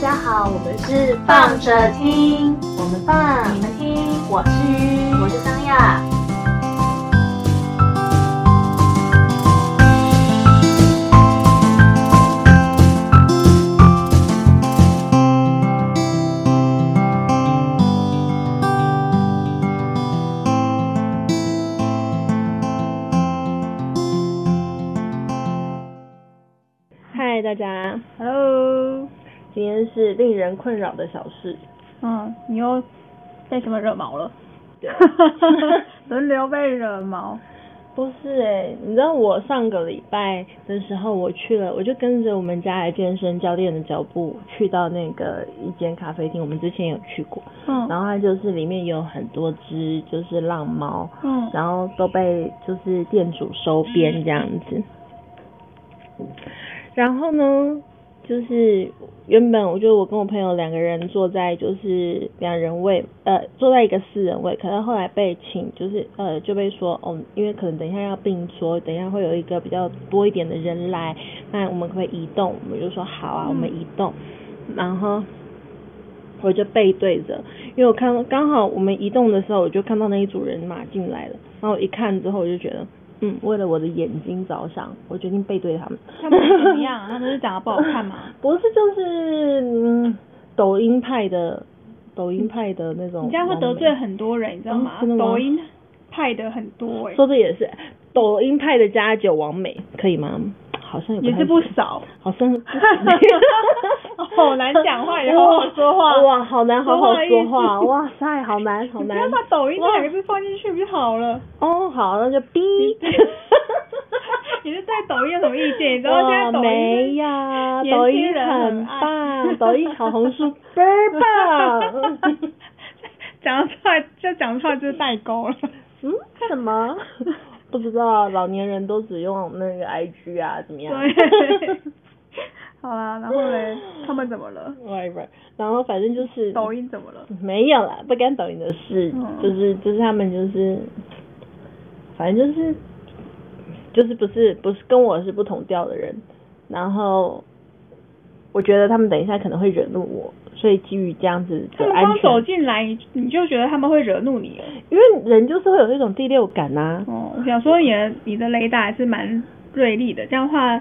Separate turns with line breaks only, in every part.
家好，我们是放着听，我们放，你们听。我是我是张亚。
嗨，大家，
Hello，
今天是令人困扰的小事。
嗯，你又被什么惹毛了？
对
轮流被惹毛。
不是哎、你知道我上个礼拜的时候，我去了，我就跟着我们家的健身教练的脚步，去到那个一间咖啡厅，我们之前有去过，
嗯，
然后它就是里面有很多只就是浪猫，
嗯，
然后都被就是店主收编这样子。嗯然后呢，就是原本我就我跟我朋友两个人坐在就是两人位，呃，坐在一个四人位，可是后来被请就是呃就被说哦，因为可能等一下要并桌，等一下会有一个比较多一点的人来，那我们可不可以移动？我们就说好啊，我们移动，然后。我就背对着，因为我看到刚好我们移动的时候，我就看到那一组人马进来了。然后我一看之后，我就觉得，嗯，为了我的眼睛着想，我决定背对他们。
他们是怎么样啊他们是长得不好看 吗？
不是，就是嗯，抖音派的，抖音派的那种网
你
美。
这样会得罪很多人，你知道吗
嗯？真的吗
抖音派的很多哎、
说的也是，抖音派的加九王美可以吗？好像也不
也
太
是不少。
好像
好难讲话也好好说话
哇，好难好好说
说
话，
话的意思
哇塞，好难好
你不
难。
要把抖音这两个字放进去不就好了？
哦，好，那就逼。
你是在抖音有什么意见？你知道现在抖
哇没
音是
呀，
年
抖
轻
音
人很爱
棒，抖音小红书倍儿棒。
讲出来就讲出来就是代沟了。
嗯，什 么？不知道，老年人都只用那个 IG 啊，怎么样？
对。 好啦，然后嘞，他们怎么了？
whatever，然后反正就是
抖音怎么了？
没有啦，不干抖音的事，
嗯
就是就是他们就是，反正就是就是不是不是跟我是不同调的人，然后我觉得他们等一下可能会惹怒我，所以基于这样子
他
的
们
安
刚走
全，
进来，你你就觉得他们会惹怒你了。
因为人就是会有一种第六感啊呐、
哦，我想说你的你的雷达还是蛮锐利的，这样的话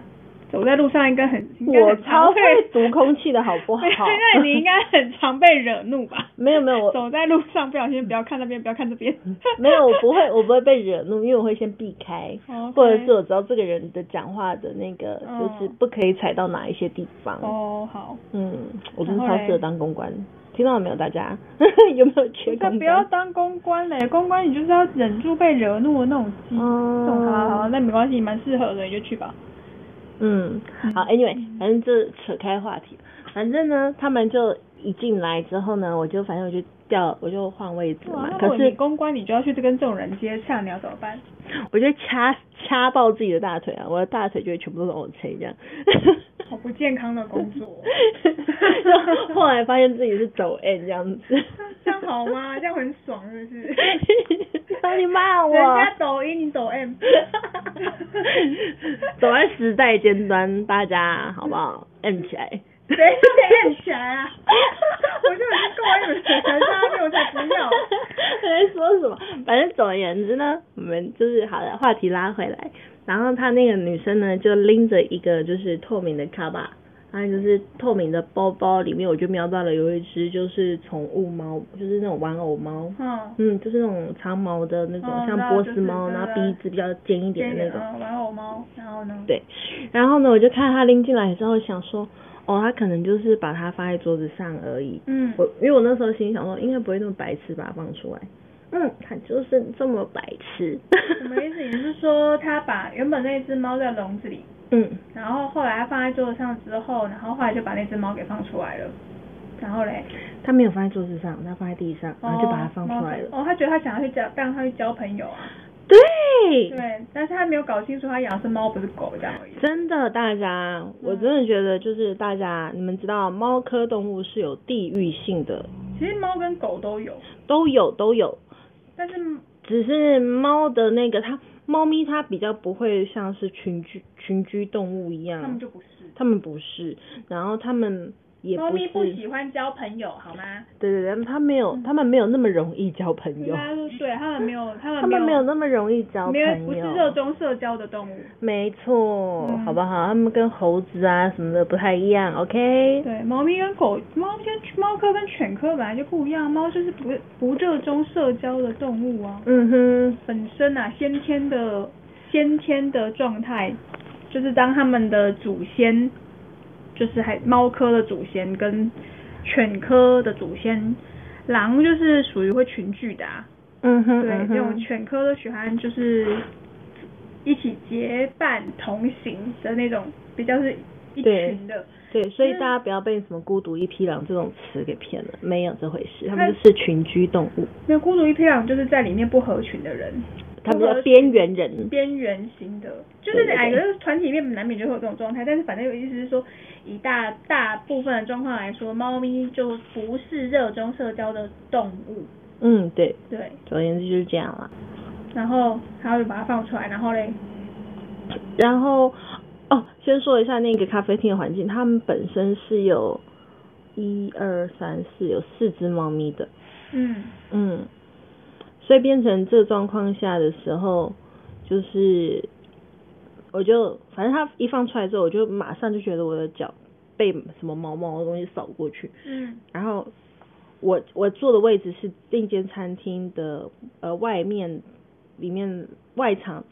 走在路上应该很应该
我
很常
超
被
会读空气的好不 好？
那你应该很常被惹怒吧？
没有没有我
走在路上不小心不要看那边，不要看这边。
没有，我不会， 我不会被惹怒，因为我会先避开
哦 OK
或者是我知道这个人的讲话的那个，
嗯
就是不可以踩到哪一些地方。
哦，好，
嗯，我真
然
的
后
超
嘞
适合当公关，听到了没有，大家？ 有没有缺
那
公
不要
关？
当公关嘞，公关你就是要忍住被惹怒的那种机。
哦
懂好好，那没关系，你蛮适合的，你就去吧。
嗯，好，Anyway，反正这扯开话题，反正呢，他们就一进来之后呢，我就反正我就调，我就换位置
哇
嘛。
那如
可
果你
是
公关，你就要去跟这种人接洽，你要怎么 办？
我就掐掐爆自己的大腿啊，我的大腿就会全部都往我吹这样。。
好不健康的工作
就后来发现自己是走 N 这样子。
这 样好吗？这样很爽是不是？
然后你骂我，
人家抖音你 抖 M，
走在时代尖端，大家好不好？M 起来。
谁谁 M 起来啊？ 我就已经够爱你们全家六才不要。
在说什么？反正总而言之呢，我们就是好了，话题拉回来。然后她那个女生呢，就拎着一个就是透明的卡吧，然后就是透明的包包，里面我就瞄到了有一只就是宠物猫，就是那种玩偶猫，
嗯，
嗯，就是那种长毛的那种，
哦
像
知道
波
就
斯
是
猫，
对
然后
对
鼻子比较尖一点的那种。
嗯玩偶猫，然后呢？
对，然后呢，我就看他拎进来之后，想说，哦，他可能就是把它放在桌子上而已。
嗯
我因为我那时候心里想说，应该不会那么白痴把它放出来。嗯，他就是这么白痴。
什么意思？你是说他把原本那只猫在笼子里，
嗯，
然后后来他放在桌子上之后，然后后来就把那只猫给放出来了，然后嘞？
他没有放在桌子上，他放在地上，然后就把它放
哦
出来了。
哦，他觉得他想要去交，让他去交朋友啊。
对，
对，但是他没有搞清楚他养的是猫不是狗这样而已。
真的，大家，
嗯
我真的觉得就是大家，你们知道，猫科动物是有地域性的，
其实猫跟狗都有，
都有都有，
但是
只是猫的那个它。猫咪它比较不会像是群居群居动物一样，
它们就不是。
他们不是，然后他们也
猫
不
咪
是，
不喜欢交朋友，好吗？
对对对，它没有，它们没有那么容易交朋
嗯应
友，
该是对它们没有，它
它
们
们
没
没有那么容易交
没
朋
有不是热
友。
衷社交的动物。
没错，
嗯
好不好？它们跟猴子啊什么的不太一样，OK？
对，猫咪跟狗，猫跟猫科跟犬科本来就不一样，猫就是不不热衷社交的动物啊，
嗯哼，
本身啊先天的先天的状态，就是当它们的祖先，就是还猫科的祖先跟犬科的祖先，狼就是属于会群聚的、啊，
嗯哼，
对，
嗯
这种
哼
犬科都喜欢就是一起结伴同行的那种，比较是一
对
群的。
对，所以大
嗯
家不要被什么“孤独一匹狼”这种词给骗了，没有这回事，它
它
们就是群居动物，
那孤独一匹狼就是在里面不合群的人，
它们
不合
叫边缘人。
边缘型的，就是
对对
哪
对
个团体里面难免就会有这种状态。但是反正有意思是说，以大大部分的状况来说，猫咪就不是热衷社交的动物，
嗯，对，
对。
总而言之就是这样啦。
然后它就把它放出来，然后嘞，
然后哦，先说一下那个咖啡厅的环境，它们本身是有一二三四有四只猫咪的，
嗯，
嗯，所以变成这状况下的时候，就是我就反正它一放出来之后，我就马上就觉得我的脚被什么毛毛的东西扫过去，
嗯，
然后我我坐的位置是那间餐厅的呃外面里面外场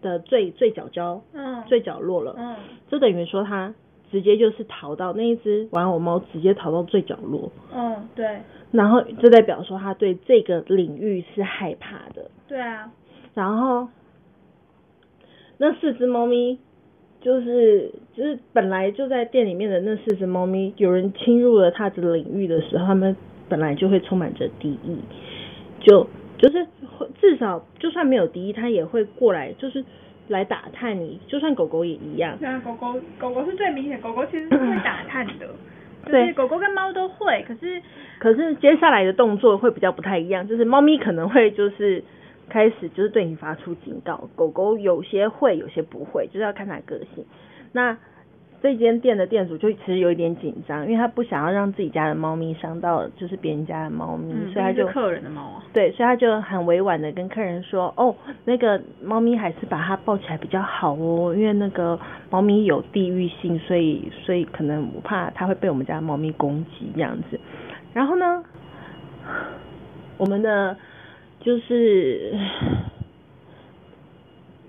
的最最角角
嗯，
最角落了，
嗯，
就等于说它直接就是逃到那一只玩偶猫直接逃到最角落，
嗯，对，
然后就代表说它对这个领域是害怕的，
对啊，
然后那四只猫咪。就是就是本来就在店里面的那四只猫咪，有人侵入了它的领域的时候，它们本来就会充满着敌意，就就是会至少就算没有敌意，它也会过来，就是来打探你。就算狗狗也一样，
对啊，狗狗狗狗是最明显，狗狗其实是会打探的，就是
对
狗狗跟猫都会，可是
可是接下来的动作会比较不太一样，就是猫咪可能会就是开始就是对你发出警告，狗狗有些会，有些不会，就是要看它个性。那这间店的店主就其实有一点紧张，因为他不想要让自己家的猫咪伤到就是别人家的猫咪，所以他
毕竟
就是
客人的猫啊，
对，所以他就很委婉的跟客人说，哦，那个猫咪还是把它抱起来比较好哦，因为那个猫咪有地域性，所以所以可能我怕它会被我们家的猫咪攻击这样子。然后呢，我们的就是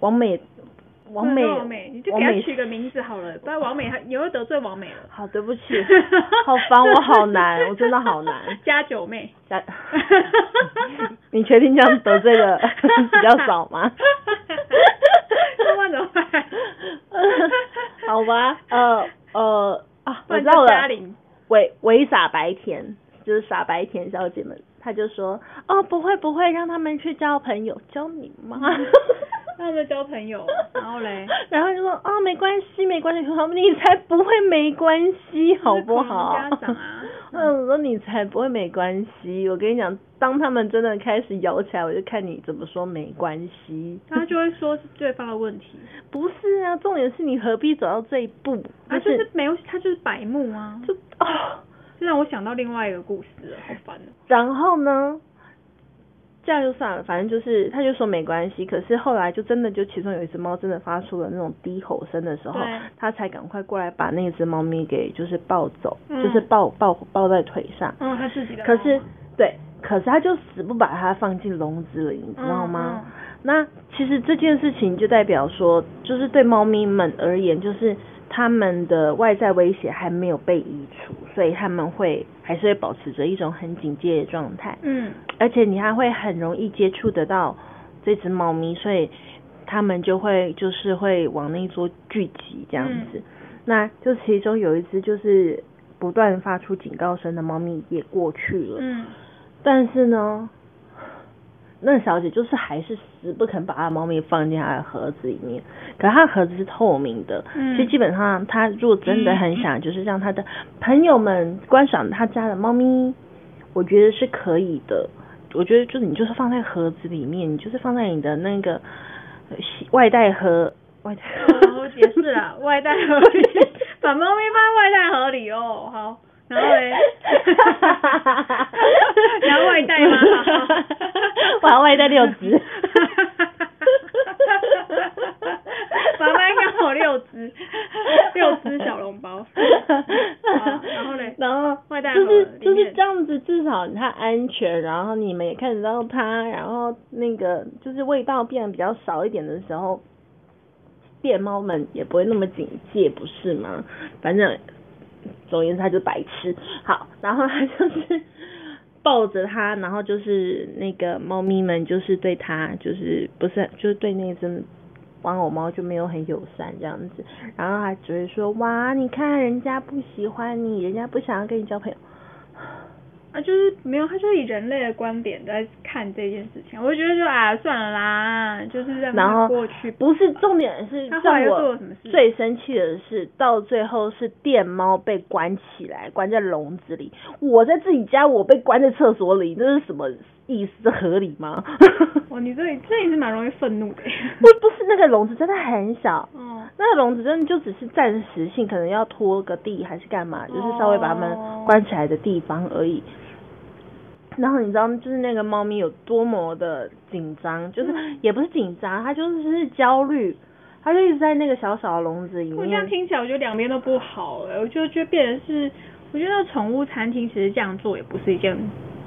王美，王美，
王美，你就给
王
它
美
取个名字好 了，不然王美它你又得罪王美了。
好，对不起，好烦，我好难，我真的好难。
加九 妹，
加你确定这样得罪的比较少 吗？
那不然怎么办
好吧，呃呃啊，
不
我
然
知
就
道
嘉
了，
玲，
伪伪傻白甜，就是傻白甜小姐们，她就说哦不会不会，让他们去交朋友，交你妈。
让他们交朋友，然后嘞，
然后就说哦没关系没关系，我说你才不会没关系好不好？
就是恐龙家长啊
嗯，我说你才不会没关系，我跟你讲，当他们真的开始摇起来，我就看你怎么说没关系。
他就会说是对方的问题，
不是啊，重点是你何必走到这一步？
啊，就
就是
没有，他就是白目啊，
就哦，
这让我想到另外一个故事了，好烦哦。
然后呢，这样就算了，反正就是他就说没关系。可是后来就真的就其中有一只猫真的发出了那种低吼声的时候
对，
他才赶快过来把那只猫咪给就是抱走，
嗯
就是抱抱抱在腿上。
嗯，他自己的猫
可
啊。
是对，可是他就死不把它放进笼子里，你知道吗？
嗯
那其实这件事情就代表说，就是对猫咪们而言，就是它们的外在威胁还没有被移除，所以它们会还是会保持着一种很警戒的状态，
嗯，
而且你还会很容易接触得到这只猫咪，所以它们就会就是会往那一桌聚集这样子。那就其中有一只就是不断发出警告声的猫咪也过去了，
嗯，
但是呢，那小姐就是还是死不肯把她的猫咪放进她的盒子里面。可是她的盒子是透明的，
嗯
所以基本上她如果真的很想，就是让她的朋友们观赏她家的猫咪，我觉得是可以的。我觉得就是你就是放在盒子里面，你就是放在你的那个呃西外带盒外带？
好，我解释了，外带盒里，把猫咪放在外带盒里哦，好，然后嘞， 你要外带吗
我要外带六 只
妈妈刚好六只，六只小笼包。好然后嘞，
然后
外带好
就
了
是
里
就
面
是这样子，至少它安全，然后你们也看得到它，然后那个就是味道变得比较少一点的时候，店猫们也不会那么警戒，不是吗？反正总而言之，它就白痴。好，然后它就是抱着它，然后就是那个猫咪们就是对它就是不是很就是对那只玩偶猫就没有很友善这样子，然后他只会说哇，你看人家不喜欢你，人家不想要跟你交朋友。
啊，就是没有，他就是以人类的观点在看这件事情，我就觉得就啊，算了啦，就是让
然
它
后
过去吧。
不是重点是
他后来
让
又做
我
了什么事？
最生气的是，到最后是电猫被关起来，关在笼子里。我在自己家，我被关在厕所里，这是什么意思？这合理吗？
哦，你这里这里是蛮容易愤怒的。
不不是那个笼子真的很小，
哦，
那个笼子真的就只是暂时性，可能要拖个地还是干嘛，就是稍微把它
哦
们关起来的地方而已。然后你知道，就是那个猫咪有多么的紧张，就是
嗯
也不是紧张，它就是焦虑，它就一直在那个小小的笼子里
我这样
面。
听起来，我觉得两边都不好哎、我就觉得变成是，我觉得宠物餐厅其实这样做也不是一件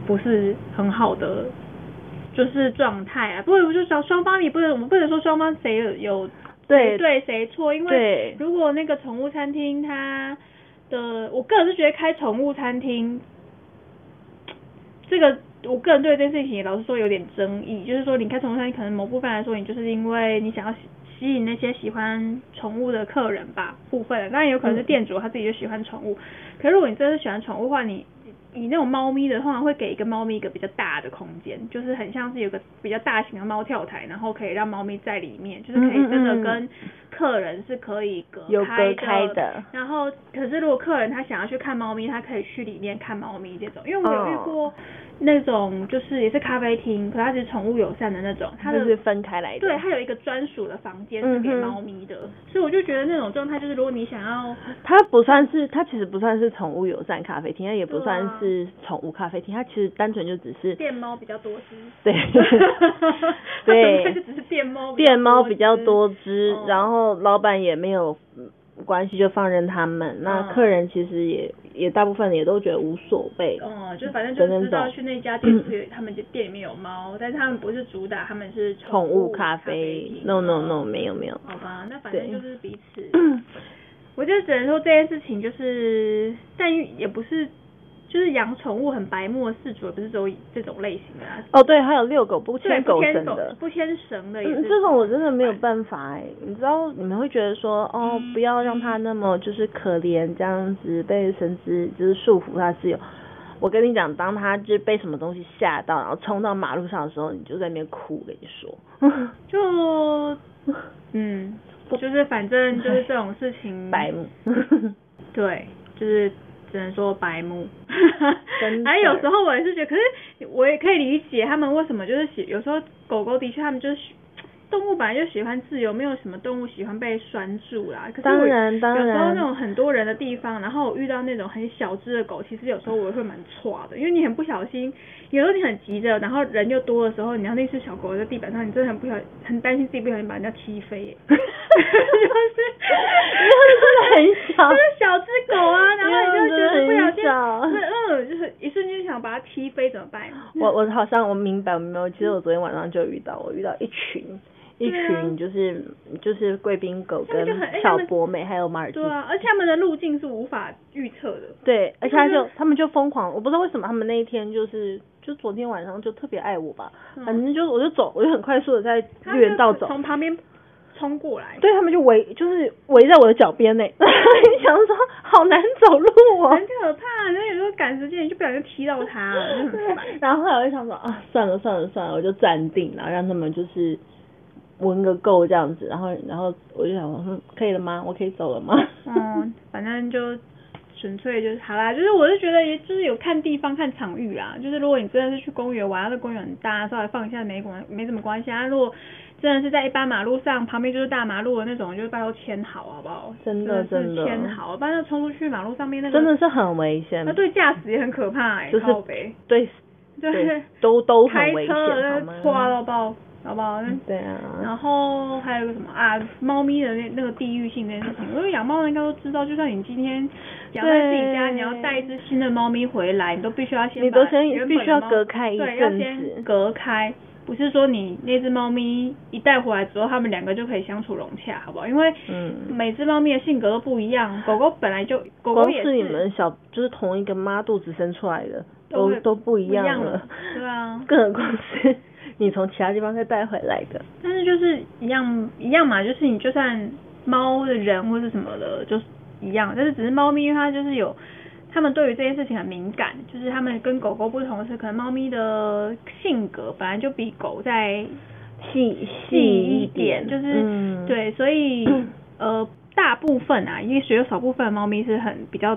不是很好的就是状态啊。不过我就说双方你不能，我们不能说双方谁有有谁
对
对谁错，因为
对，
如果那个宠物餐厅它的，我个人是觉得开宠物餐厅这个。我个人对这件事情，老实说有点争议，就是说，你开宠物餐厅，可能某部分来说，你就是因为你想要吸吸引那些喜欢宠物的客人吧，部分，当然有可能是
嗯
店主他自己就喜欢宠物。可是如果你真的是喜欢宠物的话，你你那种猫咪的，通常会给一个猫咪一个比较大的空间，就是很像是有个比较大型的猫跳台，然后可以让猫咪在里面，就是可以真的
嗯嗯嗯
跟客人是可以隔
有隔
开
开的。
然后，可是如果客人他想要去看猫咪，他可以去里面看猫咪这种。因为我有遇
哦
过那种，就是也是咖啡厅，可它是宠物友善的那种，它的
就是分开来的。
对它有一个专属的房间是给
嗯哼
猫咪的。所以我就觉得那种状态就是，如果你想要
它不算是，它其实不算是宠物友善咖啡厅，它也不
对啊
算是宠物咖啡厅，它其实单纯就只是
电猫比较多只，
对
它纯粹
对
就只是电猫比较多只，
店猫比较多只，
嗯
然后老板也没有嗯关系，就放任他们。那
嗯
客人其实也也大部分也都觉得无所谓。
哦，就反正就是
的那
知道
嗯种
去那家 店去，他们店里面有猫，但是他们不是主打，他们是
宠
物
物咖啡嗯
厅
，no no no，没有没有。
嗯好吧，那反
对
正就是彼 此，我就只能说这件事情就是，但也不是，就是养宠物很白目的事主，也不是只有这种类型的、啊。
哦，对，还有遛狗不
对
牵狗
不
绳
牵
的。
不牵绳的也是、
嗯，这种我真的没有办法哎、你知道你们会觉得说，哦，不要让它那么就是可怜这样子被绳子就是束缚它自由。我跟你讲，当它就是被什么东西吓到，然后冲到马路上的时候，你就在那边哭，我跟你说，
就嗯，就是反正就是这种事 情，
白目。
对，就是只能说白目。
真的
还有时候我也是觉得，可是我也可以理解他们为什么就是喜，有时候狗狗的确他们就是喜动物本来就喜欢自由，没有什么动物喜欢被拴住啦。可是
当
我
然当
有时候那
然，
种很多人的地方，然后我遇到那种很小只的狗，其实有时候我会蛮错的，因为你很不小心，有时候你很急着，然后人又多的时候，你要那只小狗在地板上，你真的很不小，很担心自己不小心把人家踢飞耶。就是，
因为真的很小
就是小只狗啊，然后你就会觉得不小心，
因为
是嗯，就是一瞬间想把它踢飞怎么办？
我我好像我明白，我明白。其实我昨天晚上就遇到，我遇到一群一
对啊
群就是就是贵宾狗
他们
跟
就很哎他
小
们
博美还有马尔济
对
斯。
啊，哎而且他们的路径是无法预测的。
对，而且他
就
就他们就疯狂，我不知道为什么他们那一天就是就昨天晚上就特别爱我吧，
嗯
反正就我就走，我就很快速的在
它
绿
就
园道走，
从旁边冲过来，
对他们就围就是围 在我的脚边呢，你想说好难走路哦
很。可怕，那有时候赶时间你就不小心踢到它了，就很烦。
然后后来我就想说啊，算了算了算了，我就站定，然后让他们就是闻个够这样子，然后然后我就想说，嗯，可以了吗？我可以走了吗？
嗯，反正就纯粹就是好啦，就是我是觉得也就是有看地方看场域啦，就是如果你真的是去公园玩，那公园很大，稍微放一下没关没什么关系啊。如果真的是在一般马路上旁边就是大马路的那种，就是拜托牵好好不好？
真的
真
真的
是牵好，不然要冲出去马路上面那个
真的是很危险
那，啊对驾驶也很可怕哎、
就是
靠北
对
就
对
是
都都很
开
危险，
车的
好
那戳
吗？
到爆，好不好？
嗯对
然
啊，
后还有一个什么啊，猫咪的那那个地域性这件事情，因为养猫的应该都知道，就算你今天养在自己家，
对
你要带一只新的猫咪回来，你都必须要先
你
把
都先
原本的
必须要
猫
隔开一
对，要
阵
先
子，
隔开，不是说你那只猫咪一带回来之后，它们两个就可以相处融洽，好不好？因为
嗯，
每只猫咪的性格都不一样，狗狗本来就狗狗
光
也
是你们小就是同一个妈肚子生出来的，
都
都
会
都不一
不一
样
样
了，
对啊
更何况是你从其他地方再带回来的，
但是就是一样一样嘛，就是你就算猫的人或是什么的，就是一样，但是只是猫咪因为它就是有，它们对于这件事情很敏感，就是它们跟狗狗不同的是，可能猫咪的性格本来就比狗在
细
细
一
一点，就是、
嗯，
对，所 以呃，大部分啊，也许有少部分的猫咪是很比较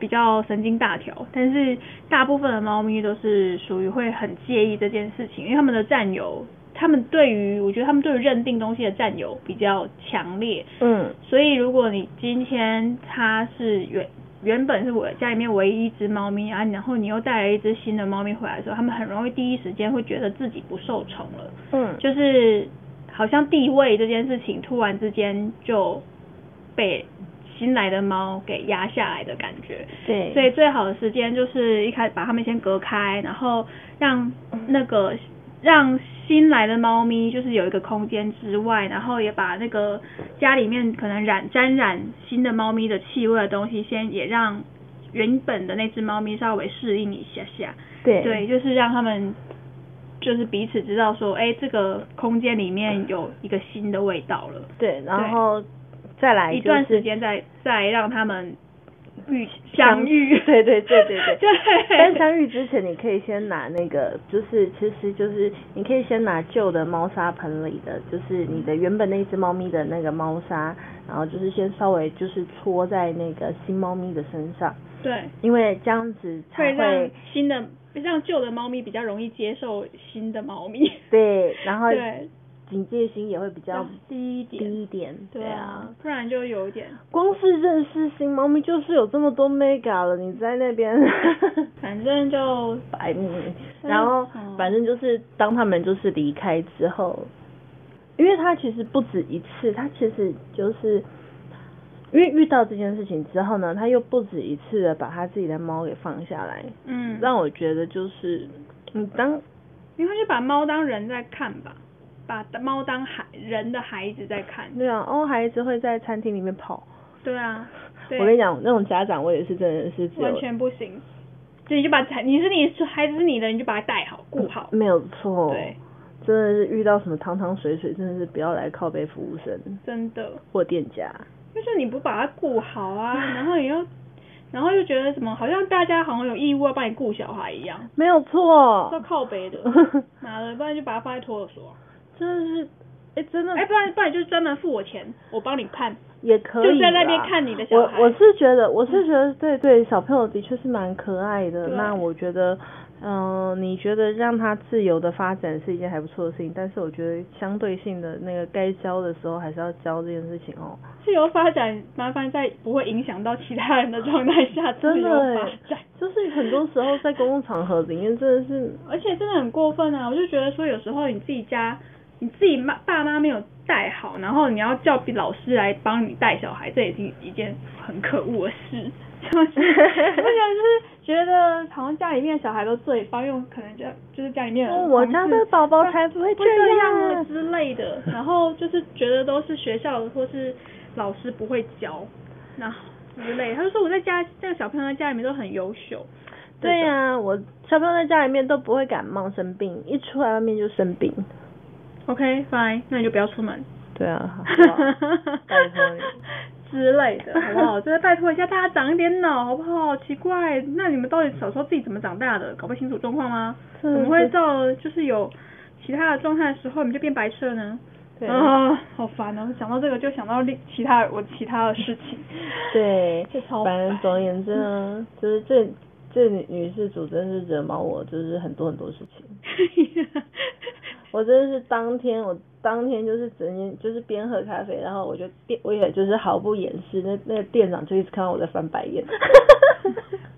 比较神经大条，但是大部分的猫咪都是属于会很介意这件事情，因为它们的占有，它们对于我觉得它们对于认定东西的占有比较强烈，
嗯，
所以如果你今天它是原原本是我家里面唯一一只猫咪啊，然后你又带了一只新的猫咪回来的时候，它们很容易第一时间会觉得自己不受宠了。
嗯，
就是好像地位这件事情突然之间就被新来的猫给压下来的感觉，
对，
所以最好的时间就是一开始把它们先隔开，然后让那个让新来的猫咪就是有一个空间之外，然后也把那个家里面可能染沾染新的猫咪的气味的东西，先也让原本的那只猫咪稍微适应一下下，
对
对，就是让他们就是彼此知道说，哎、这个空间里面有一个新的味道了。
对，然
对
后再来
一
哎就
段时
是
间再再让他们遇相遇。
对对对对对
对。
但相遇之前，你可以先拿那个，就是其实就是你可以先拿旧的猫砂盆里的，就是你的原本那只猫咪的那个猫砂，然后就是先稍微就是搓在那个新猫咪的身上，
对，
因为这样子才
会让
会
新的让旧的猫咪比较容易接受新的猫咪。
对，然后
对，啊
警戒心也会比较
低一点。
低一点。
对
啊
啊，，不然就有点，
光是认识新猫咪就是有这么多 mega 了，你在那边
反正就
白目。
嗯
然后
好
反正就是当他们就是离开之后，因为他其实不止一次，他其实就是因为遇到这件事情之后呢，他又不止一次的把他自己的猫给放下来，
嗯，
让我觉得就是你当
因为他就把猫当人在看吧，把猫当孩人的孩子在看。
对啊，哦，孩子会在餐厅里面跑。
对啊，对
我跟你讲，那种家长我也是真的是只
完
有
全不行。就你就把孩你是你孩子是你的，你就把它带好顾好。
嗯没有错，
对，
真的是遇到什么汤汤水水，真的是不要来靠背服务生
真的。
或店家。
就是你不把它顾好 啊，然后你又，然后又觉得什么，好像大家好像有义务要帮你顾小孩一样，
没有错，
要靠背的，妈的，不然就把它放在托儿所，
真的是，哎、真的
哎、不然不然就是专门付我钱，我帮你看，
也可以啦，
就在那边看你的小孩
我我是觉得，我是觉得，对对，小朋友的确是蛮可爱的。
对
那我觉得，嗯、你觉得让他自由的发展是一件还不错的事情，但是我觉得相对性的那个该教的时候还是要教这件事情哦。
自由发展，麻烦在不会影响到其他人的状态下自
真
由
的
发
哎
展。
就是很多时候在公共场合里面，真的是
而且真的很过分啊！我就觉得说，有时候你自己家，你自己妈爸妈没有带好，然后你要叫老师来帮你带小孩，这已经一件很可恶的事。 就是，我想就是觉得好像家里面小孩都最棒，因为可能就就是家里面有
哦
人
我家的宝宝才不会
不这
样
样啊之类的，然后就是觉得都是学校或是老师不会教，然后之类的。他就说我在家，这个小朋友在家里面都很优秀。
对呀、我小朋友在家里面都不会感冒生病，一出来外面就生病。
OK fine，那你就不要出门。
对啊，好不好 拜托你
之类的，好不好？真的拜托一下大家长一点脑，好不好？奇怪，那你们到底小时候自己怎么长大的？搞不清楚状况吗？怎
真的
么会
是
到了就是有其他的状态的时候，你们就变白痴了呢？
对
啊，好烦哦！想到这个就想到另其他我其他的事情。
对
这超，
反正
烦
总而言之呢，就是这这女女事主真是惹毛我，就是很多很多事情。我真的是当天，我当天就是整天就是边喝咖啡，然后我就店我也就是毫不掩饰，那那个店长就一直看到我在翻白 眼。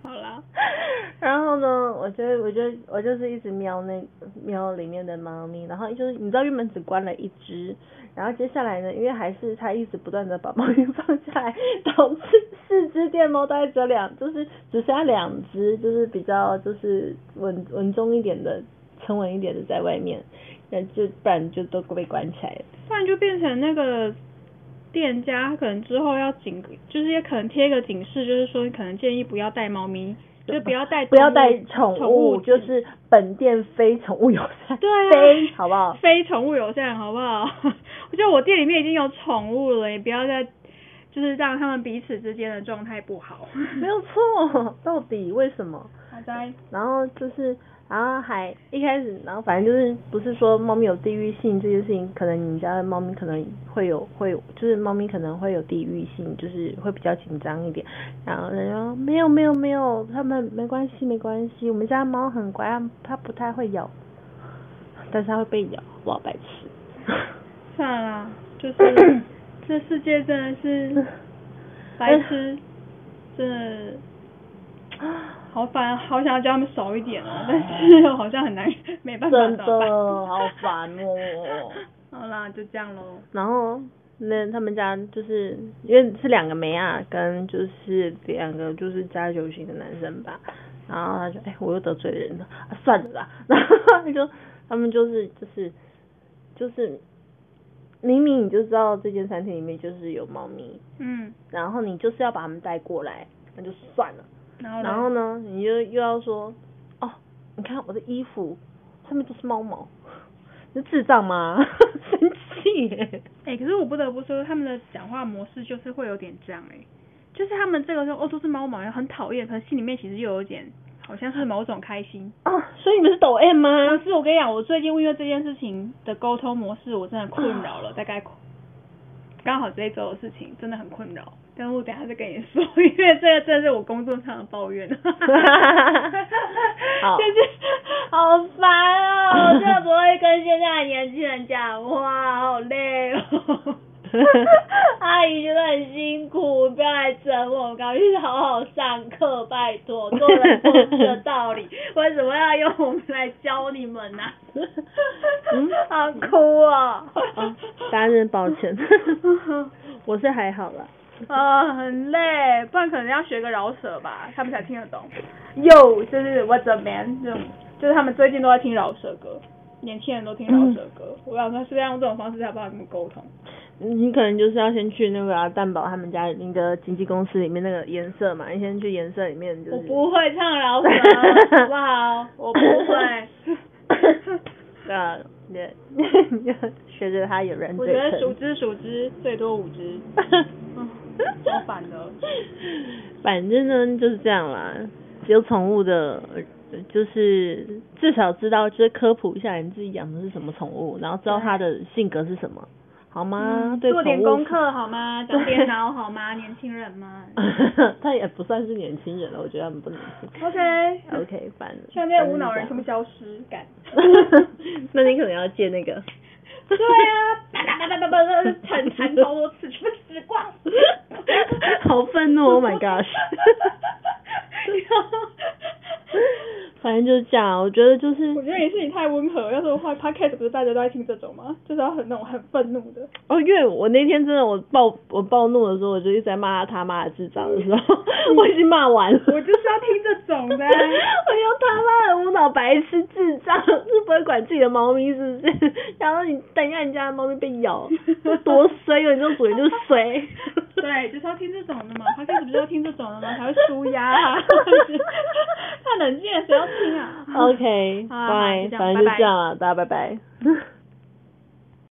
好啦，
然后呢，我就我就我就是一直瞄那瞄里面的猫咪，然后就是你知道原本只关了一只，然后接下来呢，因为还是它一直不断的把猫咪放下来，导致四只电猫大概只有两，就是只剩下两只，就是比较就是稳稳重一点的、沉稳一点的在外面，那就不然就都被关起来了。
不然就变成那个店家可能之后要警，就是也可能贴一个警示，就是说你可能建议不要带猫咪，就不要带
不要
动物
带宠
宠物
就是本店非宠物友善，
对啊
非好不好？
非宠物友善，好不好？ 我觉得我店里面已经有宠物了，也不要再就是让他们彼此之间的状态不好。
没有错，到底为什么？
好在
然后就是，然后还一开始，然后反正就是不是说猫咪有地域性这件事情，可能你家的猫咪可能会有会有就是猫咪可能会有地域性，就是会比较紧张一点。然后人家说没有没有没有，他们没关系没关系，我们家猫很乖，它它不太会咬，但是它会被咬，我好白痴。
算了啦， 就是这世界真的是白 痴， 真的好烦，好想要叫他们少一点啊，但是好像很难，没办法，
哎真的
怎么办
好烦 哦。
好啦，就这样喽。
然后那他们家就是因为是两个梅啊，跟就是两个就是加酒型的男生吧，然后他就哎、我又得罪人了，啊、算了啦， 然后他就他们就是就是就是明明你就知道这间餐厅里面就是有猫咪，
嗯，
然后你就是要把他们带过来，那就算了。
然后
然后呢，你就又要说，哦，你看我的衣服上面都是猫毛， 你是智障吗？ 生气耶！
哎、可是我不得不说，他们的讲话模式就是会有点这样哎、就是他们这个时候哦都是猫毛，很讨厌，可是心里面其实又有点好像是某种开心。
啊，所以你们是抖 M
可
吗？
是我跟你讲，我最近因为这件事情的沟通模式，我真的困扰了，大概刚好这一周的事情真的很困扰，但是我等一下再跟你说，因为这个真的是我工作上的抱怨。
好
就是好烦哦，真的不会跟现在的年轻人讲话，好累哦。阿姨觉得很辛苦，不要来整我，我赶快去好好上课，拜托，做人做事的道理， 为什么要用我们来教你们呢、
嗯
好哭哦。
啊，大家真的抱 歉，我是还好啦。
呃，很累，不然可能要学个饶舌吧，他们才听得懂。Yo，就是 What's a man 这种，就是他们最近都在听饶舌歌，年轻人都听饶舌歌。嗯我想说，是不是要用这种方式才帮他们沟通？
你可能就是要先去那个啊蛋宝他们家那个经纪公司里面那个颜色嘛，你先去颜色里面就是。
我不会唱饶 舌，好不好？我不会。
啊， 对， 学着他有人
我
嘴
觉得
唇
熟知熟知最多五只， 嗯，超烦的。
反正呢就是这样啦，有宠物的，呃就是至少知道，就是科普一下你自己养的是什么宠物，然后知道它的性格是什么，好
啊
吗？对，
嗯做点功。课好吗？长点脑好吗？ 年轻人们。
他也不算是年轻人了，我觉得他们不年轻。
OK。
OK，反正
像这些无脑人全部消失， 感。
那你可能要借那个。
对啊，啪啪啪啪啪啪，弹弹超多次，全部死 光。
好愤 怒！Oh my gosh！反正就是这样，我觉得就是
我觉得也是你太温和，要是我话 podcast 不是大家都在听这种吗？就是要很那种很愤怒的。
哦，因为我那天真的我暴我暴怒的时候，我就一直在骂他他妈的智障的时候， 我已经骂完了。
我就是要听这种的啊
我又他妈的无脑白痴智障，是不会管自己的猫咪是不是？然后你等一下你家的猫咪被 咬，多衰哦！你这种主人就是衰。
对，就是要听这种的嘛，podcast 不是要听这种的吗？才会舒 压啊。 太冷静了，谁要听啊啊
OK，
好啦好啦啊
拜
就这，
反正
样
就
拜拜
这样了，大家拜拜。